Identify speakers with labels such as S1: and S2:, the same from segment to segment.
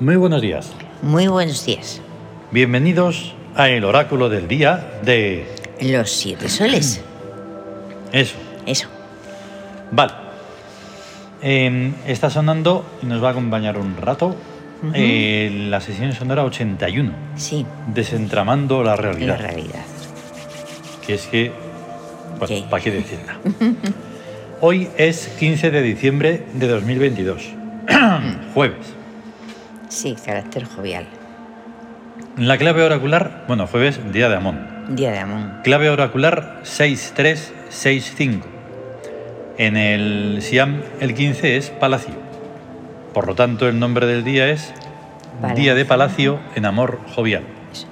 S1: Muy buenos días.
S2: Muy buenos días.
S1: Bienvenidos a el oráculo del día de...
S2: Los siete soles.
S1: Mm. Eso.
S2: Eso.
S1: Vale. Eh, está sonando y nos va a acompañar un rato. Eh, la sesión sonora 81.
S2: Sí.
S1: Desentramando la
S2: La
S1: realidad.
S2: realidad.
S1: que es que... Bueno,
S2: Ok.
S1: ¿para qué decirla? Hoy es 15 de diciembre de 2022. Jueves.
S2: Sí, carácter jovial.
S1: La clave oracular... Bueno, jueves, día de Amón.
S2: Día de Amón.
S1: Clave oracular 6365. En el Siam el 15 es Palacio. Por lo tanto, el nombre del día es Día de Palacio en Amor Jovial.
S2: Eso.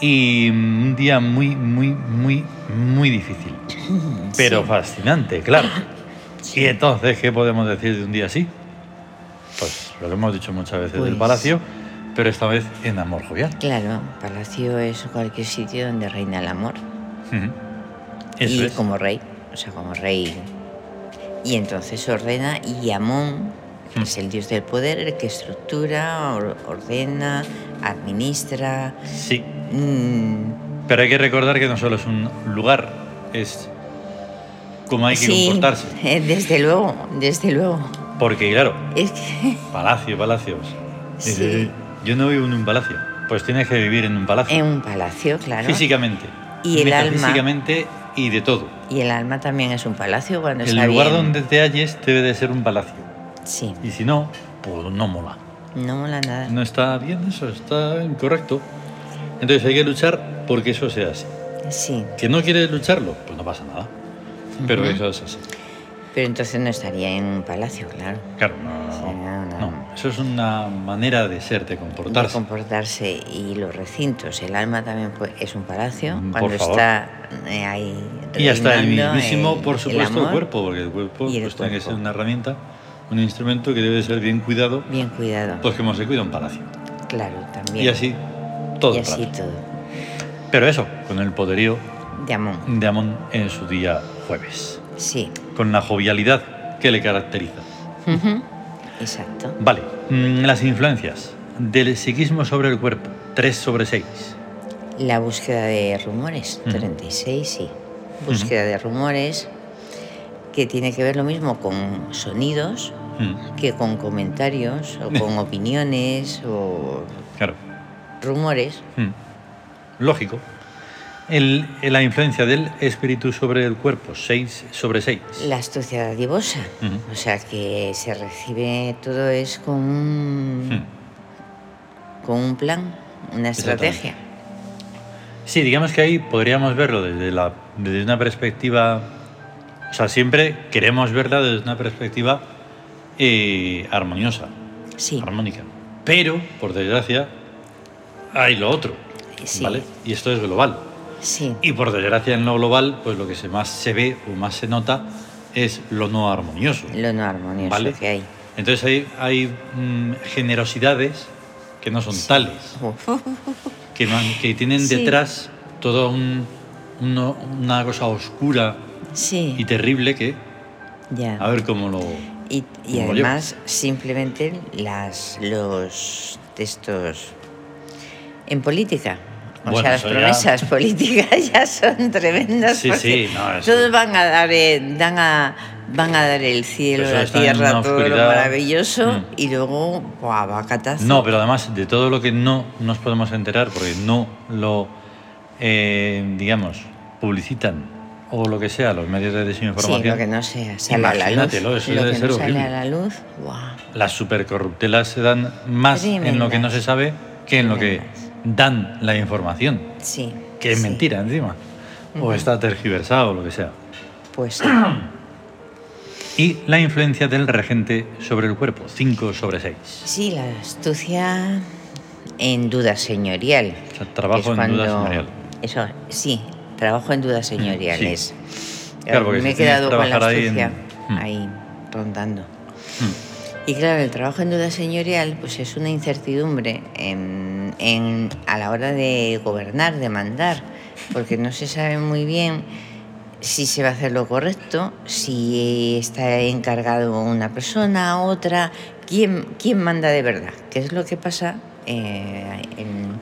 S1: Y mm, un día muy, muy, muy, muy difícil. Pero
S2: Sí.
S1: fascinante, claro. Y entonces, ¿qué podemos decir de un día así? Pues lo que hemos dicho muchas veces del
S2: Pues-
S1: Palacio, pero esta vez en Amor Jovial.
S2: Claro, palacio es cualquier sitio donde reina el amor.
S1: Ujú. Eso
S2: y
S1: es.
S2: como rey. O sea, como rey. Y entonces ordena y Amón
S1: Mm.
S2: es el dios del poder, el que estructura, or- ordena, administra.
S1: Sí.
S2: mm,
S1: Pero hay que recordar que no solo es un lugar, es cómo hay que comportarse.
S2: Desde luego, desde luego.
S1: Porque, claro,
S2: Es que
S1: palacio, palacios. Dices,
S2: Sí.
S1: Yo no vivo en un palacio. Pues tienes que vivir en un palacio.
S2: en un palacio, claro.
S1: Físicamente.
S2: Y el alma.
S1: Físicamente y de todo.
S2: Y el alma también es un palacio cuando
S1: el
S2: está
S1: lugar
S2: bien.
S1: donde te halles debe de ser un palacio.
S2: Sí,
S1: Y si no, pues no mola.
S2: no mola nada.
S1: No está bien eso, está incorrecto. Entonces hay que luchar porque eso sea así.
S2: Sí,
S1: Que no quieres lucharlo, pues no pasa nada. Pero
S2: Ujú.
S1: eso es así.
S2: pero entonces no estaría en un palacio, claro.
S1: Claro, no, no,
S2: Sí, no,
S1: no,
S2: no.
S1: no. Eso es una manera de ser, de
S2: De
S1: comportarse.
S2: comportarse y los recintos. El alma también pues, es un palacio
S1: Mm, por
S2: cuando
S1: favor.
S2: está eh, ahí.
S1: y hasta el
S2: reinando eh,
S1: mismísimo,
S2: el-
S1: por
S2: el
S1: supuesto, el,
S2: amor,
S1: cuerpo, porque el cuerpo
S2: y el
S1: pues, tiene que ser
S2: cuerpo.
S1: una herramienta, un instrumento que debe de ser bien cuidado,
S2: Bien cuidado.
S1: pues como se cuida un palacio.
S2: claro, también.
S1: Y así, todo
S2: Y
S1: el
S2: así
S1: rato.
S2: todo.
S1: Pero eso, con el poderío
S2: De Amón.
S1: de Amón en su día jueves,
S2: Sí.
S1: con la jovialidad que le caracteriza.
S2: Ujú. Exacto.
S1: Vale, mm, las influencias del psiquismo sobre el cuerpo, 3 sobre 6.
S2: La búsqueda de rumores,
S1: Ujú.
S2: 36, sí. Búsqueda de rumores que tiene que ver lo mismo con sonidos
S1: Mm,
S2: que con comentarios o con opiniones o
S1: claro.
S2: rumores.
S1: Mm. Lógico. El- la influencia del espíritu sobre el cuerpo, 6 sobre 6.
S2: La astucia dadivosa,
S1: Ujú.
S2: o sea que se recibe todo es con
S1: Hmm.
S2: un, con un plan, una estrategia.
S1: Sí, digamos que ahí podríamos verlo desde, la, desde una perspectiva... O sea, siempre queremos verla desde una perspectiva eh, armoniosa,
S2: Sí,
S1: armónica. Pero, por desgracia, hay lo otro.
S2: Sí.
S1: ¿vale? Y esto es global.
S2: sí,
S1: Y por desgracia en lo global, pues lo que se más se ve o más se nota es lo no armonioso.
S2: lo no armonioso
S1: Vale.
S2: que hay.
S1: Entonces hay, hay mm, generosidades que no son tales,
S2: Oh.
S1: que, no han- que tienen
S2: Sí.
S1: detrás toda un- uno- una cosa oscura y
S2: Sí,
S1: terrible que,
S2: ya.
S1: a ver cómo lo...
S2: Y, y
S1: Como yo.
S2: además, simplemente las, los textos en política. O
S1: Bueno,
S2: sea, las
S1: eso ya-
S2: promesas políticas ya son tremendas.
S1: Sí,
S2: porque
S1: sí, no, eso-
S2: Todos van a dar, eh, dan a, van a dar el cielo,
S1: Eso
S2: la
S1: está en una
S2: tierra, todo lo
S1: oscuridad.
S2: maravilloso.
S1: Mm.
S2: Y luego, ¡buah, va a catástrofe!
S1: No, pero además de todo lo que no nos podemos enterar porque no lo, eh, digamos, publicitan o lo que sea, los medios de
S2: Sí,
S1: desinformación.
S2: lo que no sea, sale a la luz.
S1: Imagínatelo, eso
S2: lo
S1: debe
S2: que
S1: ser
S2: no sale
S1: horrible.
S2: a la luz, ¡buah!
S1: las supercorruptelas se dan más en lo que no se
S2: Tremendas.
S1: sabe que en lo que
S2: Tremendas.
S1: dan la información,
S2: Sí.
S1: que es
S2: sí.
S1: mentira encima, o está tergiversado o lo que sea.
S2: Pues sí.
S1: Y la influencia del regente sobre el cuerpo, 5 sobre 6.
S2: Sí, la astucia en duda señorial.
S1: O sea, trabajo
S2: Es
S1: en duda
S2: cuando-
S1: señorial.
S2: Eso, sí, trabajo en duda señorial
S1: sí.
S2: es.
S1: Claro, porque
S2: me he
S1: si tienes que
S2: quedado con la
S1: trabajar ahí en-
S2: astucia
S1: Mm.
S2: ahí rondando. Y claro, el trabajo en duda señorial pues es una incertidumbre en- en- a la hora de gobernar, de mandar, porque no se sabe muy bien si se va a hacer lo correcto, si está encargado una persona a otra, ¿quién, quién manda de verdad? Que es lo que pasa eh, en-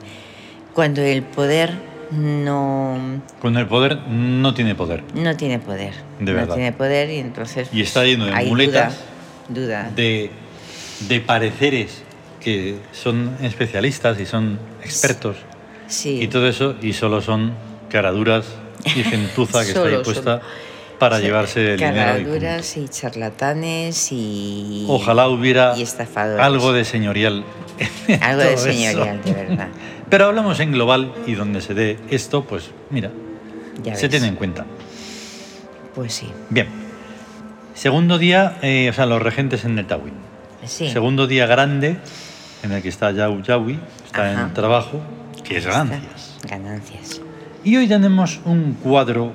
S2: cuando el poder no,
S1: Con el poder no tiene poder.
S2: no tiene poder.
S1: De
S2: no
S1: verdad.
S2: tiene poder y entonces... pues,
S1: Y está lleno de
S2: hay
S1: muletas,
S2: Duda, duda.
S1: De, de pareceres que son especialistas y son expertos
S2: sí.
S1: y todo eso, y solo son caraduras y gentuza que está
S2: Solo,
S1: ahí puesta para
S2: Sí,
S1: llevarse el dinero. y punto.
S2: Caraduras y, charlatanes y...
S1: Ojalá hubiera
S2: y estafadores.
S1: algo de señorial. en
S2: Algo de
S1: todo eso.
S2: señorial, de verdad.
S1: Pero hablamos en global y donde se dé esto, pues mira,
S2: Ya
S1: se
S2: ves.
S1: tiene en cuenta.
S2: Pues sí.
S1: Bien. Segundo día, eh, o sea, los regentes en el Tawin.
S2: sí.
S1: Segundo día grande en el que está Yau Yaui, está
S2: Ajá.
S1: en trabajo, que es ganancias.
S2: Está. Ganancias.
S1: Y hoy tenemos un cuadro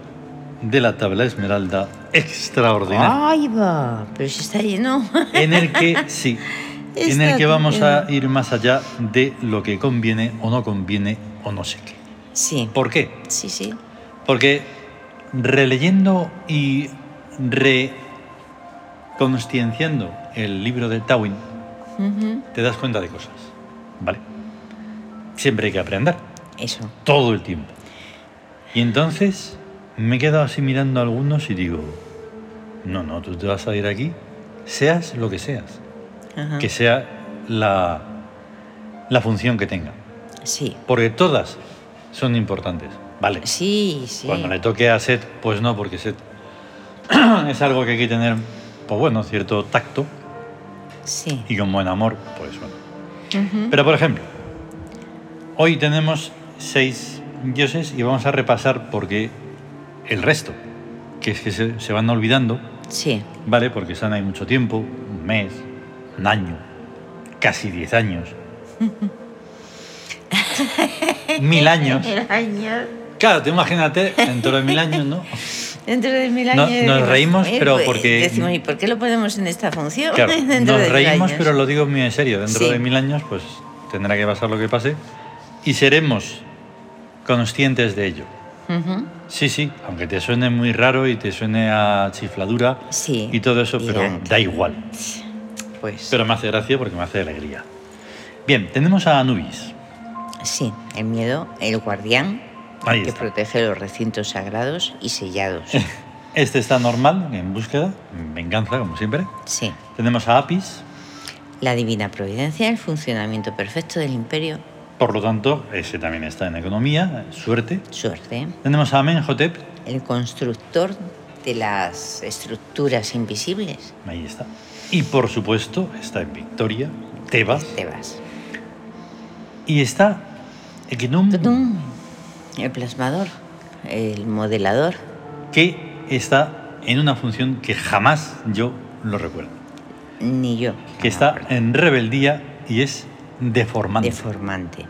S1: de la tabla esmeralda extraordinario.
S2: ¡Ay, va! Pero si está lleno.
S1: En el que, sí, en el
S2: Ah. Está
S1: que vamos a
S2: bien.
S1: ir más allá de lo que conviene o no conviene o no sé qué.
S2: Sí.
S1: ¿Por qué?
S2: Sí, sí.
S1: Porque releyendo y reconscienciando el libro del Tawin,
S2: Ujú.
S1: te das cuenta de cosas, ¿vale? Siempre hay que aprender,
S2: Eso.
S1: todo el tiempo. Y entonces me he quedado así mirando a algunos y digo, no, no, tú te vas a ir aquí, seas lo que seas,
S2: Ajá.
S1: que sea la, la función que tenga,
S2: Sí.
S1: porque todas son importantes, ¿vale?
S2: Sí, sí.
S1: Cuando le toque a Seth, pues no, porque Seth es algo que hay que tener, pues bueno, cierto tacto
S2: Sí.
S1: y con buen amor, pues bueno.
S2: Ujú.
S1: Pero por ejemplo, hoy tenemos seis dioses y vamos a repasar porque el resto, que es que se, se van olvidando,
S2: Sí.
S1: ¿vale? Porque están ahí mucho tiempo, un mes, un año, casi diez años, mil años.
S2: El año.
S1: Claro, te imagínate, dentro de mil años, ¿no?
S2: Dentro de mil
S1: No,
S2: años.
S1: nos
S2: decimos,
S1: reímos,
S2: "Eh,
S1: pero
S2: pues",
S1: porque-
S2: Decimos, ¿y por qué lo ponemos en esta función?
S1: Claro,
S2: Dentro de
S1: nos
S2: mil
S1: reímos,
S2: años.
S1: pero lo digo muy en serio. Dentro
S2: Sí.
S1: de mil años, pues tendrá que pasar lo que pase y seremos conscientes de ello.
S2: Ujú.
S1: Sí, sí, aunque te suene muy raro y te suene a chifladura
S2: Sí.
S1: y todo eso, pero
S2: Dirán,
S1: da igual.
S2: Pues.
S1: Pero me hace gracia porque me hace alegría. Bien, tenemos a Anubis.
S2: Sí. El miedo, el guardián.
S1: Ahí
S2: que
S1: está.
S2: protege los recintos sagrados y sellados.
S1: Este está normal, en búsqueda, en venganza, como siempre.
S2: Sí.
S1: Tenemos a Apis,
S2: La divina providencia, el funcionamiento perfecto del imperio.
S1: por lo tanto, ese también está en economía, eh, suerte.
S2: Suerte. ¿eh?
S1: Tenemos a Amenhotep,
S2: El constructor de las estructuras invisibles.
S1: ahí está. Y por supuesto, está en Victoria, Tebas.
S2: Tebas.
S1: Y está Eknum,
S2: Tutum. El plasmador. El modelador.
S1: que está en una función que jamás yo lo recuerdo.
S2: Ni yo.
S1: que está en rebeldía y es deformante.
S2: Deformante.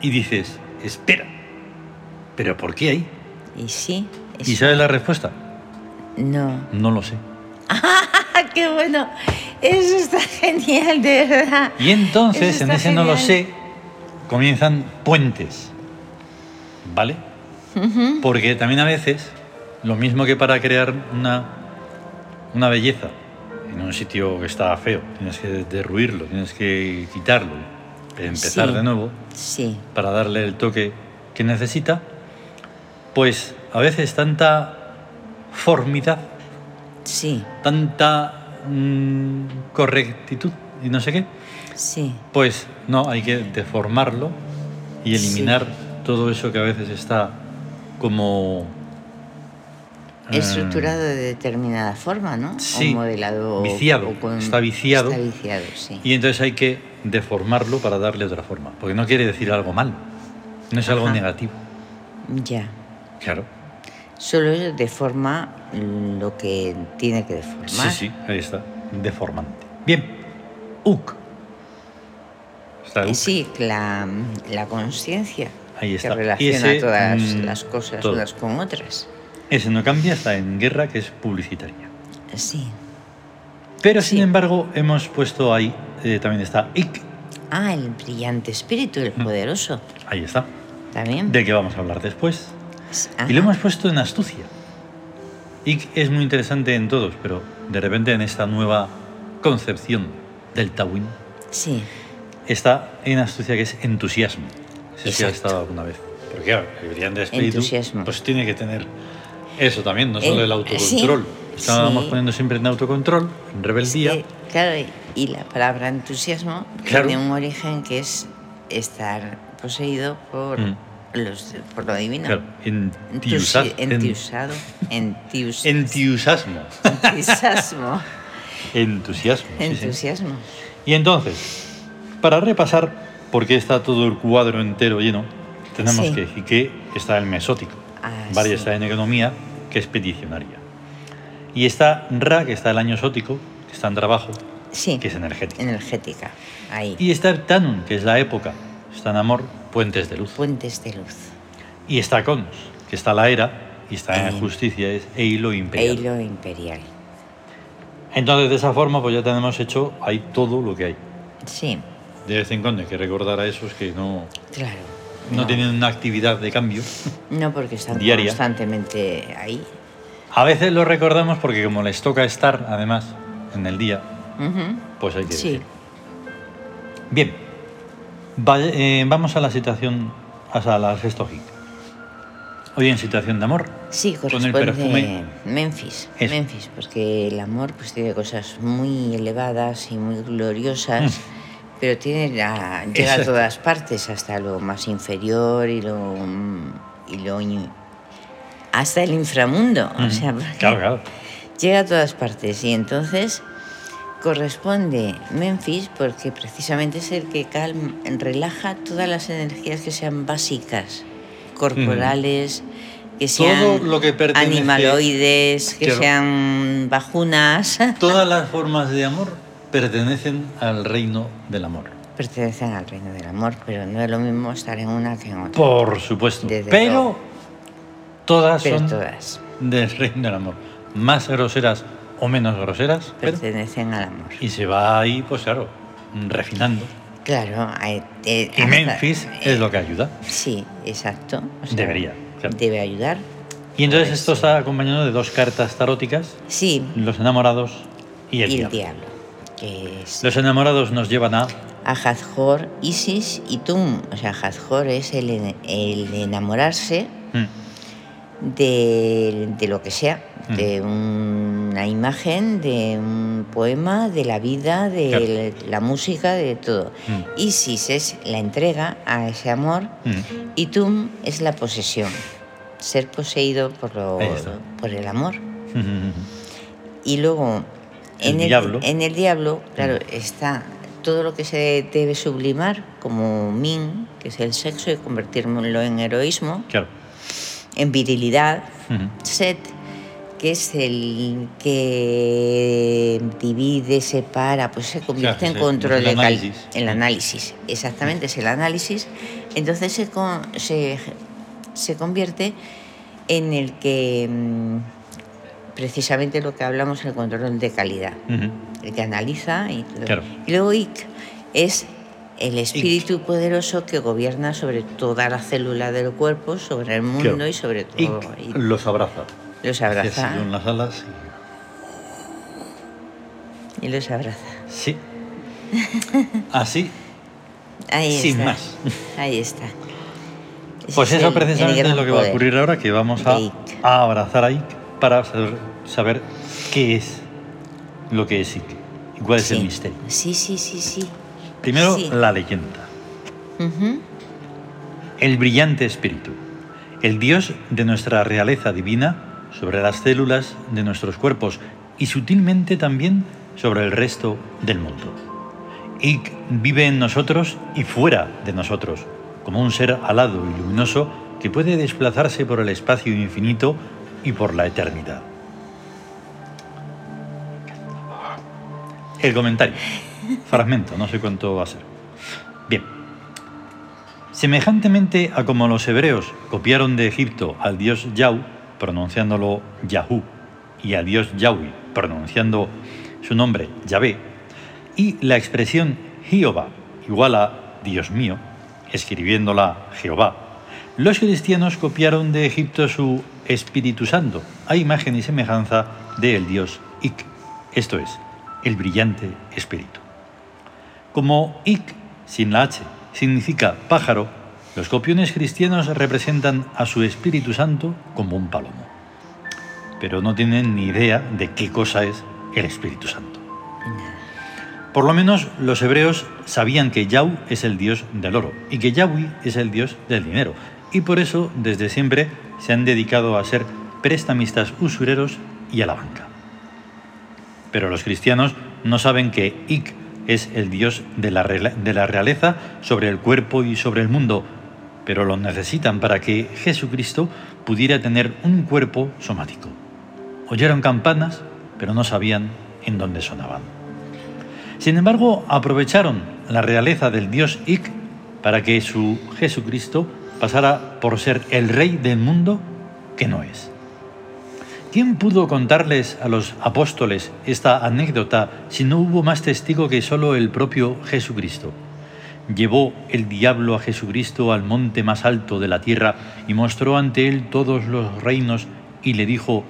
S1: y dices, espera, ¿pero por qué ahí?
S2: Y sí. es-
S1: ¿Y sabes la respuesta?
S2: No.
S1: No lo sé.
S2: ¡Ah, qué bueno! Eso está genial, de verdad.
S1: Y entonces,
S2: Eso
S1: en
S2: está
S1: ese no lo
S2: genial.
S1: sé, comienzan puentes. ¿Vale?
S2: Ujú.
S1: Porque también a veces, lo mismo que para crear una, una belleza en un sitio que está feo, tienes que derruirlo, tienes que quitarlo, empezar
S2: Sí.
S1: de nuevo,
S2: Sí.
S1: para darle el toque que necesita, pues a veces tanta formidad,
S2: Sí.
S1: tanta mm, correctitud y no sé qué,
S2: Sí.
S1: pues no, hay que deformarlo y
S2: Sí.
S1: eliminar todo eso que a veces está como... eh,
S2: Estructurado de determinada forma, ¿no?
S1: sí,
S2: O modelado. o-
S1: viciado,
S2: o
S1: está viciado.
S2: Está viciado, sí.
S1: Y entonces hay que deformarlo para darle otra forma, porque no quiere decir algo malo, no es algo
S2: Ajá.
S1: negativo,
S2: Ya.
S1: claro.
S2: Solo deforma lo que tiene que deformar.
S1: Sí, sí, ahí está. Deformante. Bien. Uc. Está
S2: Eh,
S1: Uc.
S2: Sí, la, la conciencia
S1: Ahí
S2: que
S1: está. Y
S2: relaciona
S1: ese,
S2: todas
S1: mm,
S2: las cosas
S1: todo.
S2: unas con otras.
S1: Ese no cambia, está en guerra, que es publicitaria.
S2: Sí.
S1: Pero
S2: Sí.
S1: sin embargo, hemos puesto ahí, eh, también está Ic.
S2: Ah, el brillante espíritu, el poderoso.
S1: Ahí está.
S2: Mm. También.
S1: Mm.
S2: Ah,
S1: De que vamos a hablar después.
S2: Sí, ajá.
S1: Y lo hemos puesto en astucia. Ic es muy interesante en todos, pero de repente en esta nueva concepción del Tawin,
S2: Sí,
S1: está en Astucia que es entusiasmo. No sé si ha
S2: Exacto.
S1: estado alguna vez. Porque claro, el brillante espíritu
S2: Entusiasmo.
S1: pues tiene que tener eso también, no solo
S2: Eh,
S1: el autocontrol.
S2: sí,
S1: Estábamos
S2: sí.
S1: poniendo siempre en autocontrol, en rebeldía.
S2: Eh, claro, y- y la palabra entusiasmo
S1: Claro.
S2: tiene un origen que es estar poseído por,
S1: Mm.
S2: los, por lo divino.
S1: Claro, entusiasmo.
S2: Entusi- Entusado. Entus-
S1: entusiasmo.
S2: Entusiasmo.
S1: Entusiasmo. sí, sí.
S2: Entusiasmo.
S1: Y entonces, para repasar, porque está todo el cuadro entero lleno, tenemos
S2: Sí.
S1: que y que está el mesótico.
S2: Ah,
S1: Varia
S2: sí.
S1: está en economía, que es peticionaria. Y está Ra, que está el año sótico, que está en trabajo,
S2: Sí.
S1: que es energético.
S2: Energética. Ahí.
S1: Y está Tanun, que es la época, está en amor, puentes de luz.
S2: Puentes de luz.
S1: Y está Conos, que está la era, y está en
S2: Eh.
S1: justicia, es e hilo imperial.
S2: Halo imperial.
S1: Entonces, de esa forma, pues ya tenemos hecho ahí todo lo que hay.
S2: Sí,
S1: De vez en cuando hay que recordar a esos que no,
S2: claro.
S1: no tienen una actividad de cambio.
S2: No, porque están
S1: Diaria.
S2: constantemente ahí.
S1: A veces lo recordamos porque como les toca estar, además, en el día,
S2: Ujú.
S1: pues hay que
S2: Sí.
S1: decir. Bien, Va- eh, vamos a la situación, a la gesto hic. Hoy en situación de amor,
S2: Sí,
S1: Con el
S2: corresponde
S1: perfume.
S2: Memphis,
S1: Eso.
S2: Memphis, porque el amor pues tiene cosas muy elevadas y muy gloriosas, pero tiene la- llega
S1: Mm. Exacto.
S2: a todas partes, hasta lo más inferior y lo y lo ñu- hasta el inframundo, o sea, porque
S1: Mm. claro, claro.
S2: llega a todas partes y entonces corresponde Memphis porque precisamente es el que calma, relaja todas las energías que sean básicas, corporales, que sean
S1: lo que pertenece-
S2: animaloides, que
S1: Claro.
S2: sean bajunas,
S1: Todas las formas de amor pertenecen al reino del amor.
S2: pertenecen al reino del amor, pero no es lo mismo estar en una que en otra.
S1: Por supuesto.
S2: Desde
S1: pero
S2: luego.
S1: todas
S2: pero
S1: son
S2: todas
S1: del reino del amor. Más groseras o menos groseras. pero-
S2: pertenecen al amor.
S1: y se va ahí, pues claro, refinando.
S2: Claro, eh, eh,
S1: Y
S2: hasta-
S1: Memphis es lo que ayuda.
S2: Sí, exacto. o sea,
S1: Debería, claro.
S2: Debe ayudar.
S1: Y entonces
S2: Pues,
S1: esto está acompañado de dos cartas taróticas,
S2: Sí,
S1: los enamorados y el,
S2: y el
S1: diablo.
S2: diablo, que es
S1: Los enamorados nos llevan a...
S2: a Hathor, Isis y Tum. O sea, Hathor es el, en- el enamorarse
S1: Mm,
S2: de, de lo que sea,
S1: Mm.
S2: de una imagen, de un poema, de la vida, de
S1: Claro.
S2: la música, de todo.
S1: Mm.
S2: Isis es la entrega a ese amor
S1: mm.
S2: y Tum es la posesión, ser poseído por, lo-
S1: Ahí está.
S2: por el amor.
S1: Mm,
S2: Y luego,
S1: El
S2: en,
S1: diablo. Mm.
S2: El, en el diablo, claro, está todo lo que se debe sublimar, como min, que es el sexo, y convertirlo en heroísmo,
S1: Claro.
S2: en virilidad,
S1: Mm,
S2: set, que es el que divide, separa, pues se convierte
S1: Claro,
S2: en
S1: sí,
S2: control
S1: el
S2: de cal-
S1: análisis.
S2: El análisis, exactamente, es el análisis. Entonces se, con- se, se convierte en el que, mm, precisamente lo que hablamos, el control de calidad
S1: mm,
S2: el que analiza y, todo.
S1: Claro.
S2: Y luego Ic es el espíritu poderoso que gobierna sobre toda la célula del cuerpo, sobre el mundo
S1: claro.
S2: y sobre todo
S1: Y
S2: Oh, y
S1: los abraza.
S2: los
S1: Se
S2: abraza
S1: siguen las alas y...
S2: y los abraza.
S1: Sí. Así.
S2: Ahí
S1: Sin
S2: está.
S1: más.
S2: Ahí está. Ese
S1: Pues
S2: es
S1: eso
S2: el- el
S1: precisamente es
S2: gran
S1: lo que va a
S2: poder.
S1: ocurrir ahora, que vamos a,
S2: de Ick.
S1: a abrazar a Ike para saber, saber qué es lo que es Ike y cuál es
S2: Sí.
S1: el misterio.
S2: Sí, sí, sí, sí.
S1: Primero,
S2: Sí.
S1: la leyenda.
S2: Ujú.
S1: El brillante espíritu, el dios de nuestra realeza divina sobre las células de nuestros cuerpos y sutilmente también sobre el resto del mundo. Ik vive en nosotros y fuera de nosotros, como un ser alado y luminoso que puede desplazarse por el espacio infinito y por la eternidad. El comentario. Fragmento, no sé cuánto va a ser. Bien. Semejantemente a como los hebreos copiaron de Egipto al dios Yahú, pronunciándolo Yahú, y al dios Yahweh, pronunciando su nombre Yahvé, y la expresión Jehová, igual a Dios mío, escribiéndola Jehová, los cristianos copiaron de Egipto su Espíritu Santo, a imagen y semejanza del dios Ik, esto es, el brillante espíritu. como ik, sin la h, significa pájaro, los copiones cristianos representan a su Espíritu Santo como un palomo. Pero no tienen ni idea de qué cosa es el Espíritu Santo. Por lo menos los hebreos sabían que Yahweh es el dios del oro y que Yahweh es el dios del dinero. Y por eso desde siempre se han dedicado a ser prestamistas usureros y a la banca. Pero los cristianos no saben que Ik es el dios de la, de la realeza sobre el cuerpo y sobre el mundo, pero lo necesitan para que Jesucristo pudiera tener un cuerpo somático. Oyeron campanas, pero no sabían en dónde sonaban. Sin embargo, aprovecharon la realeza del dios Ik para que su Jesucristo pasara por ser el rey del mundo que no es. ¿Quién pudo contarles a los apóstoles esta anécdota si no hubo más testigo que solo el propio Jesucristo? Llevó el diablo a Jesucristo al monte más alto de la tierra y mostró ante él todos los reinos y le dijo,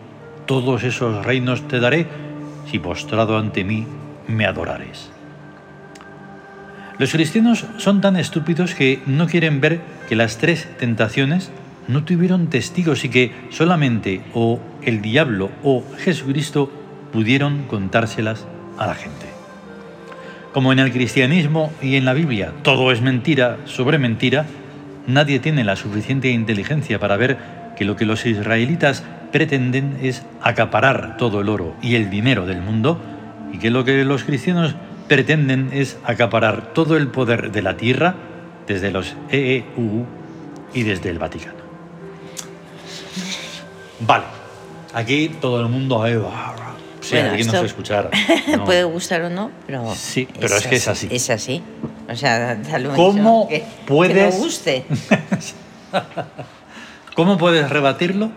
S1: todos esos reinos te daré si postrado ante mí me adorares. Los cristianos son tan estúpidos que no quieren ver que las tres tentaciones no tuvieron testigos y que solamente o el diablo o Jesucristo pudieron contárselas a la gente. Como en el cristianismo y en la Biblia todo es mentira sobre mentira, nadie tiene la suficiente inteligencia para ver que lo que los israelitas pretenden es acaparar todo el oro y el dinero del mundo y que lo que los cristianos pretenden es acaparar todo el poder de la tierra desde los EEU y desde el Vaticano. Vale, aquí todo el mundo. Eh, o sea, bueno, aquí no se escuchar.
S2: ¿no? Puede gustar o no, pero.
S1: Sí, pero es, es que es así.
S2: Es así. O sea, tal vez.
S1: ¿Cómo
S2: que,
S1: puedes.
S2: Que no guste.
S1: ¿Cómo puedes rebatirlo?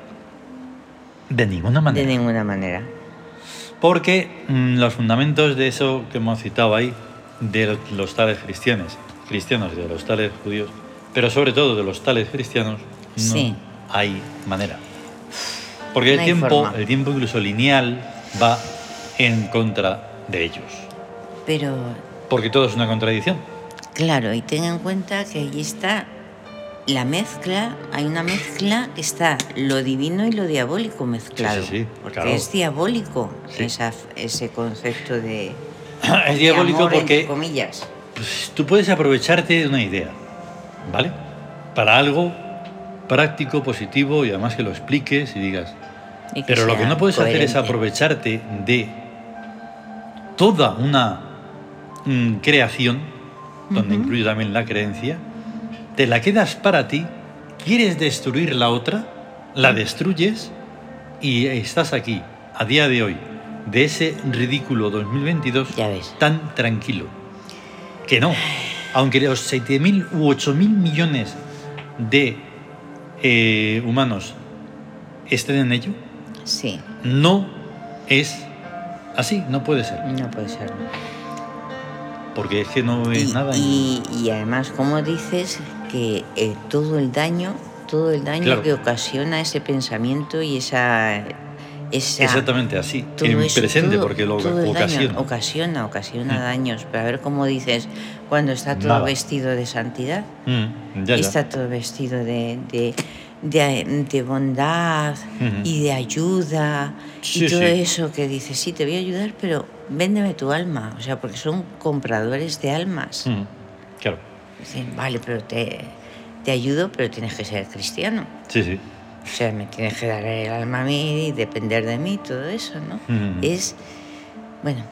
S1: De ninguna manera.
S2: De ninguna manera.
S1: Porque mmm, los fundamentos de eso que hemos citado ahí, de los tales cristianos, cristianos, de los tales judíos, pero sobre todo de los tales cristianos, no sí. hay manera. Porque el, no tiempo, forma. el tiempo incluso lineal va en contra de ellos.
S2: Pero...
S1: Porque todo es una contradicción.
S2: Claro, y ten en cuenta que ahí está la mezcla, hay una mezcla que está lo divino y lo diabólico mezclado.
S1: Sí, sí, sí,
S2: porque
S1: claro.
S2: es diabólico esa, ese concepto de...
S1: es diabólico
S2: amor,
S1: porque...
S2: Entre comillas.
S1: Pues, tú puedes aprovecharte de una idea, ¿vale? Para algo práctico, positivo y además que lo expliques y digas. Y Pero lo que no puedes coherente. hacer es aprovecharte de toda una mm, creación, donde uh -huh. incluye también la creencia, te la quedas para ti, quieres destruir la otra, la destruyes y estás aquí, a día de hoy, de ese ridículo 2022
S2: ya ves.
S1: tan tranquilo. Que no, aunque los 7.000 u 8.000 millones de eh, humanos estén en ello,
S2: sí.
S1: no es así, no puede ser.
S2: No puede ser.
S1: Porque es que no es
S2: y,
S1: nada.
S2: Y, y además, como dices, que eh, todo el daño, todo el daño
S1: Claro.
S2: que ocasiona ese pensamiento y esa... esa
S1: Exactamente así,
S2: todo
S1: en
S2: eso,
S1: presente,
S2: todo-
S1: porque lo
S2: todo el daño
S1: ocasiona.
S2: ocasiona, ocasiona
S1: Mm.
S2: daños. Pero a ver cómo dices, cuando está todo
S1: Nada.
S2: vestido de santidad,
S1: Mm, ya, ya.
S2: está todo vestido de, de, de- de bondad
S1: Ujú.
S2: y de ayuda
S1: Sí,
S2: y todo
S1: sí.
S2: eso que dices, sí, te voy a ayudar, pero véndeme tu alma, o sea, porque son compradores de almas.
S1: Mm, claro,
S2: Dicen, vale, pero te, te ayudo, pero tienes que ser cristiano.
S1: sí, sí.
S2: O sea, me tienes que dar el alma a mí y depender de mí, todo eso, ¿no?
S1: Ujú.
S2: Es, bueno.
S1: Mm.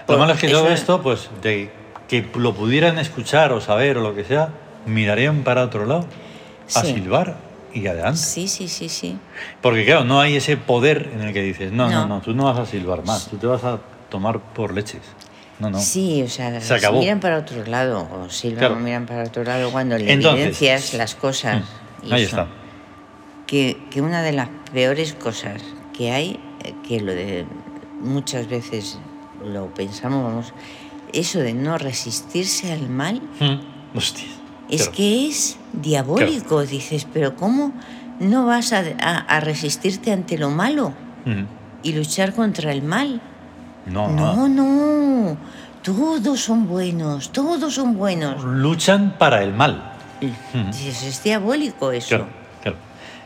S1: Lo
S2: por-
S1: malo es que
S2: es
S1: todo
S2: una-
S1: esto, pues, de que lo pudieran escuchar o saber o lo que sea, mirarían para otro lado, a
S2: Sí.
S1: silbar y adelante.
S2: Sí, sí, sí, sí.
S1: Porque claro, no hay ese poder en el que dices, no, no, no,
S2: No.
S1: tú no vas a silbar más, tú te vas a tomar por leches. No, no.
S2: Sí, o sea,
S1: Se acabó.
S2: miran para otro lado, o silban
S1: Claro.
S2: o miran para otro lado cuando le
S1: Entonces,
S2: evidencias las cosas. y
S1: Mm, Ahí
S2: eso.
S1: está.
S2: Que, que una de las peores cosas que hay, eh, que lo de muchas veces lo pensamos, vamos, eso de no resistirse al mal,
S1: Mm, Hostia.
S2: es
S1: Claro.
S2: que es diabólico. Dices, pero ¿cómo no vas a, a- a resistirte ante lo malo
S1: Mm.
S2: y luchar contra el mal?
S1: No, no.
S2: No, no. Todos son buenos, todos son buenos.
S1: Luchan para el mal.
S2: Dices, es diabólico eso.
S1: Claro, claro.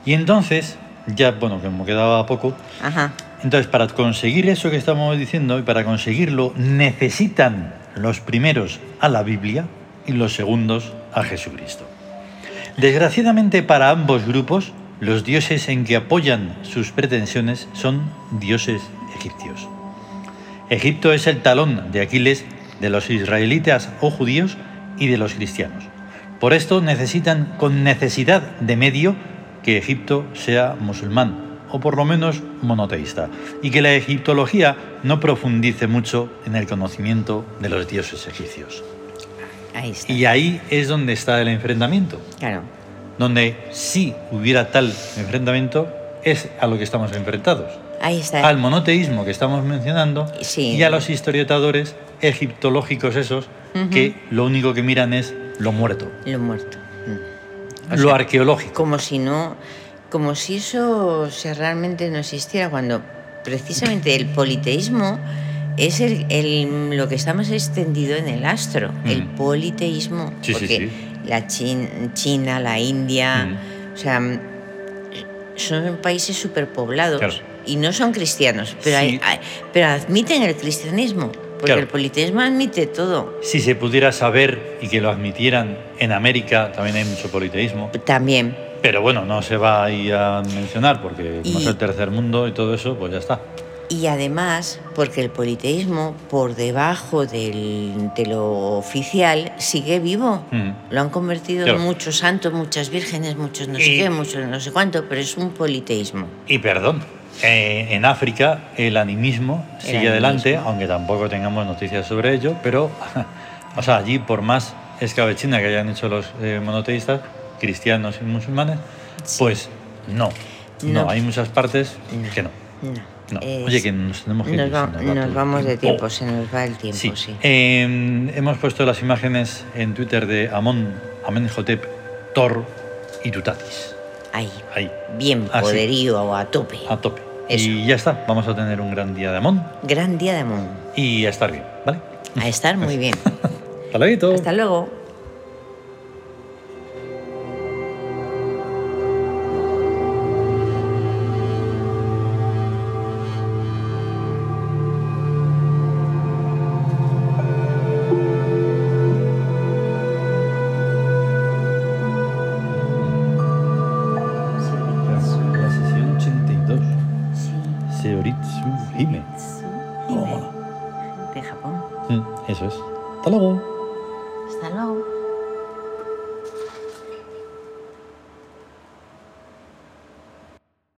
S1: Y entonces, ya, bueno, como quedaba poco,
S2: Ajá.
S1: entonces para conseguir eso que estamos diciendo y para conseguirlo necesitan los primeros a la Biblia y los segundos a Jesucristo. Desgraciadamente para ambos grupos, los dioses en que apoyan sus pretensiones son dioses egipcios. Egipto es el talón de Aquiles de los israelitas o judíos y de los cristianos. Por esto necesitan con necesidad de medio que Egipto sea musulmán, o por lo menos monoteísta, y que la egiptología no profundice mucho en el conocimiento de los dioses egipcios.
S2: Ahí está.
S1: Y ahí es donde está el enfrentamiento,
S2: Claro.
S1: donde si hubiera tal enfrentamiento es a lo que estamos enfrentados,
S2: Ahí está.
S1: al monoteísmo que estamos mencionando
S2: Sí.
S1: y a los historiadores egiptológicos esos
S2: Ujú.
S1: que lo único que miran es lo muerto,
S2: Lo muerto. Mm. O
S1: lo
S2: sea,
S1: arqueológico.
S2: Como si no. Como si eso se realmente no existiera, cuando precisamente el politeísmo es el, el- lo que está más extendido en el astro. El
S1: Mm.
S2: politeísmo.
S1: Sí, sí,
S2: porque
S1: sí.
S2: la Chin- China, la India.
S1: Mm.
S2: O sea, son países superpoblados.
S1: Claro.
S2: Y no son cristianos, pero, hay-
S1: Sí.
S2: hay- pero admiten el cristianismo. Porque
S1: Claro.
S2: el politeísmo admite todo.
S1: Si se pudiera saber y que lo admitieran en América, también hay mucho politeísmo.
S2: También.
S1: Pero bueno, no se va ahí a mencionar porque como
S2: Y-
S1: es el tercer mundo y todo eso, pues ya está.
S2: Y además, porque el politeísmo, por debajo del- de lo oficial, sigue vivo.
S1: Mm.
S2: Lo han convertido
S1: Claro.
S2: en muchos santos, muchas vírgenes, muchos no
S1: Y-
S2: sé qué, muchos no sé cuánto, pero es un politeísmo.
S1: Y perdón, eh, en África el animismo sigue
S2: animismo.
S1: adelante, aunque tampoco tengamos noticias sobre ello, pero o sea, allí por más escabechina que hayan hecho los eh, monoteístas, cristianos y musulmanes, pues no. No,
S2: No.
S1: hay muchas partes
S2: No.
S1: que no.
S2: No.
S1: No.
S2: es-
S1: Oye, que nos tenemos que ir,
S2: nos,
S1: se
S2: va-
S1: nos va
S2: nos
S1: todo el
S2: vamos de
S1: tiempo.
S2: tiempo, se nos va el tiempo, sí.
S1: Eh, hemos puesto las imágenes en Twitter de Amón, Amenhotep, Thor y Tutatis.
S2: Ahí,
S1: Ahí,
S2: bien
S1: Ah, sí. Ah.
S2: poderío o a tope.
S1: a tope.
S2: Eso.
S1: Y ya está, vamos a tener un gran día de Amón
S2: Gran día de Amón.
S1: y a estar bien, ¿vale?
S2: A estar
S1: Pues
S2: muy bien.
S1: Hasta luego.
S2: Hasta luego.
S1: La sesión 82. Seoritsu Hime.
S2: De Japón.
S1: Mm, Eso es. Hasta luego.
S2: Hasta luego.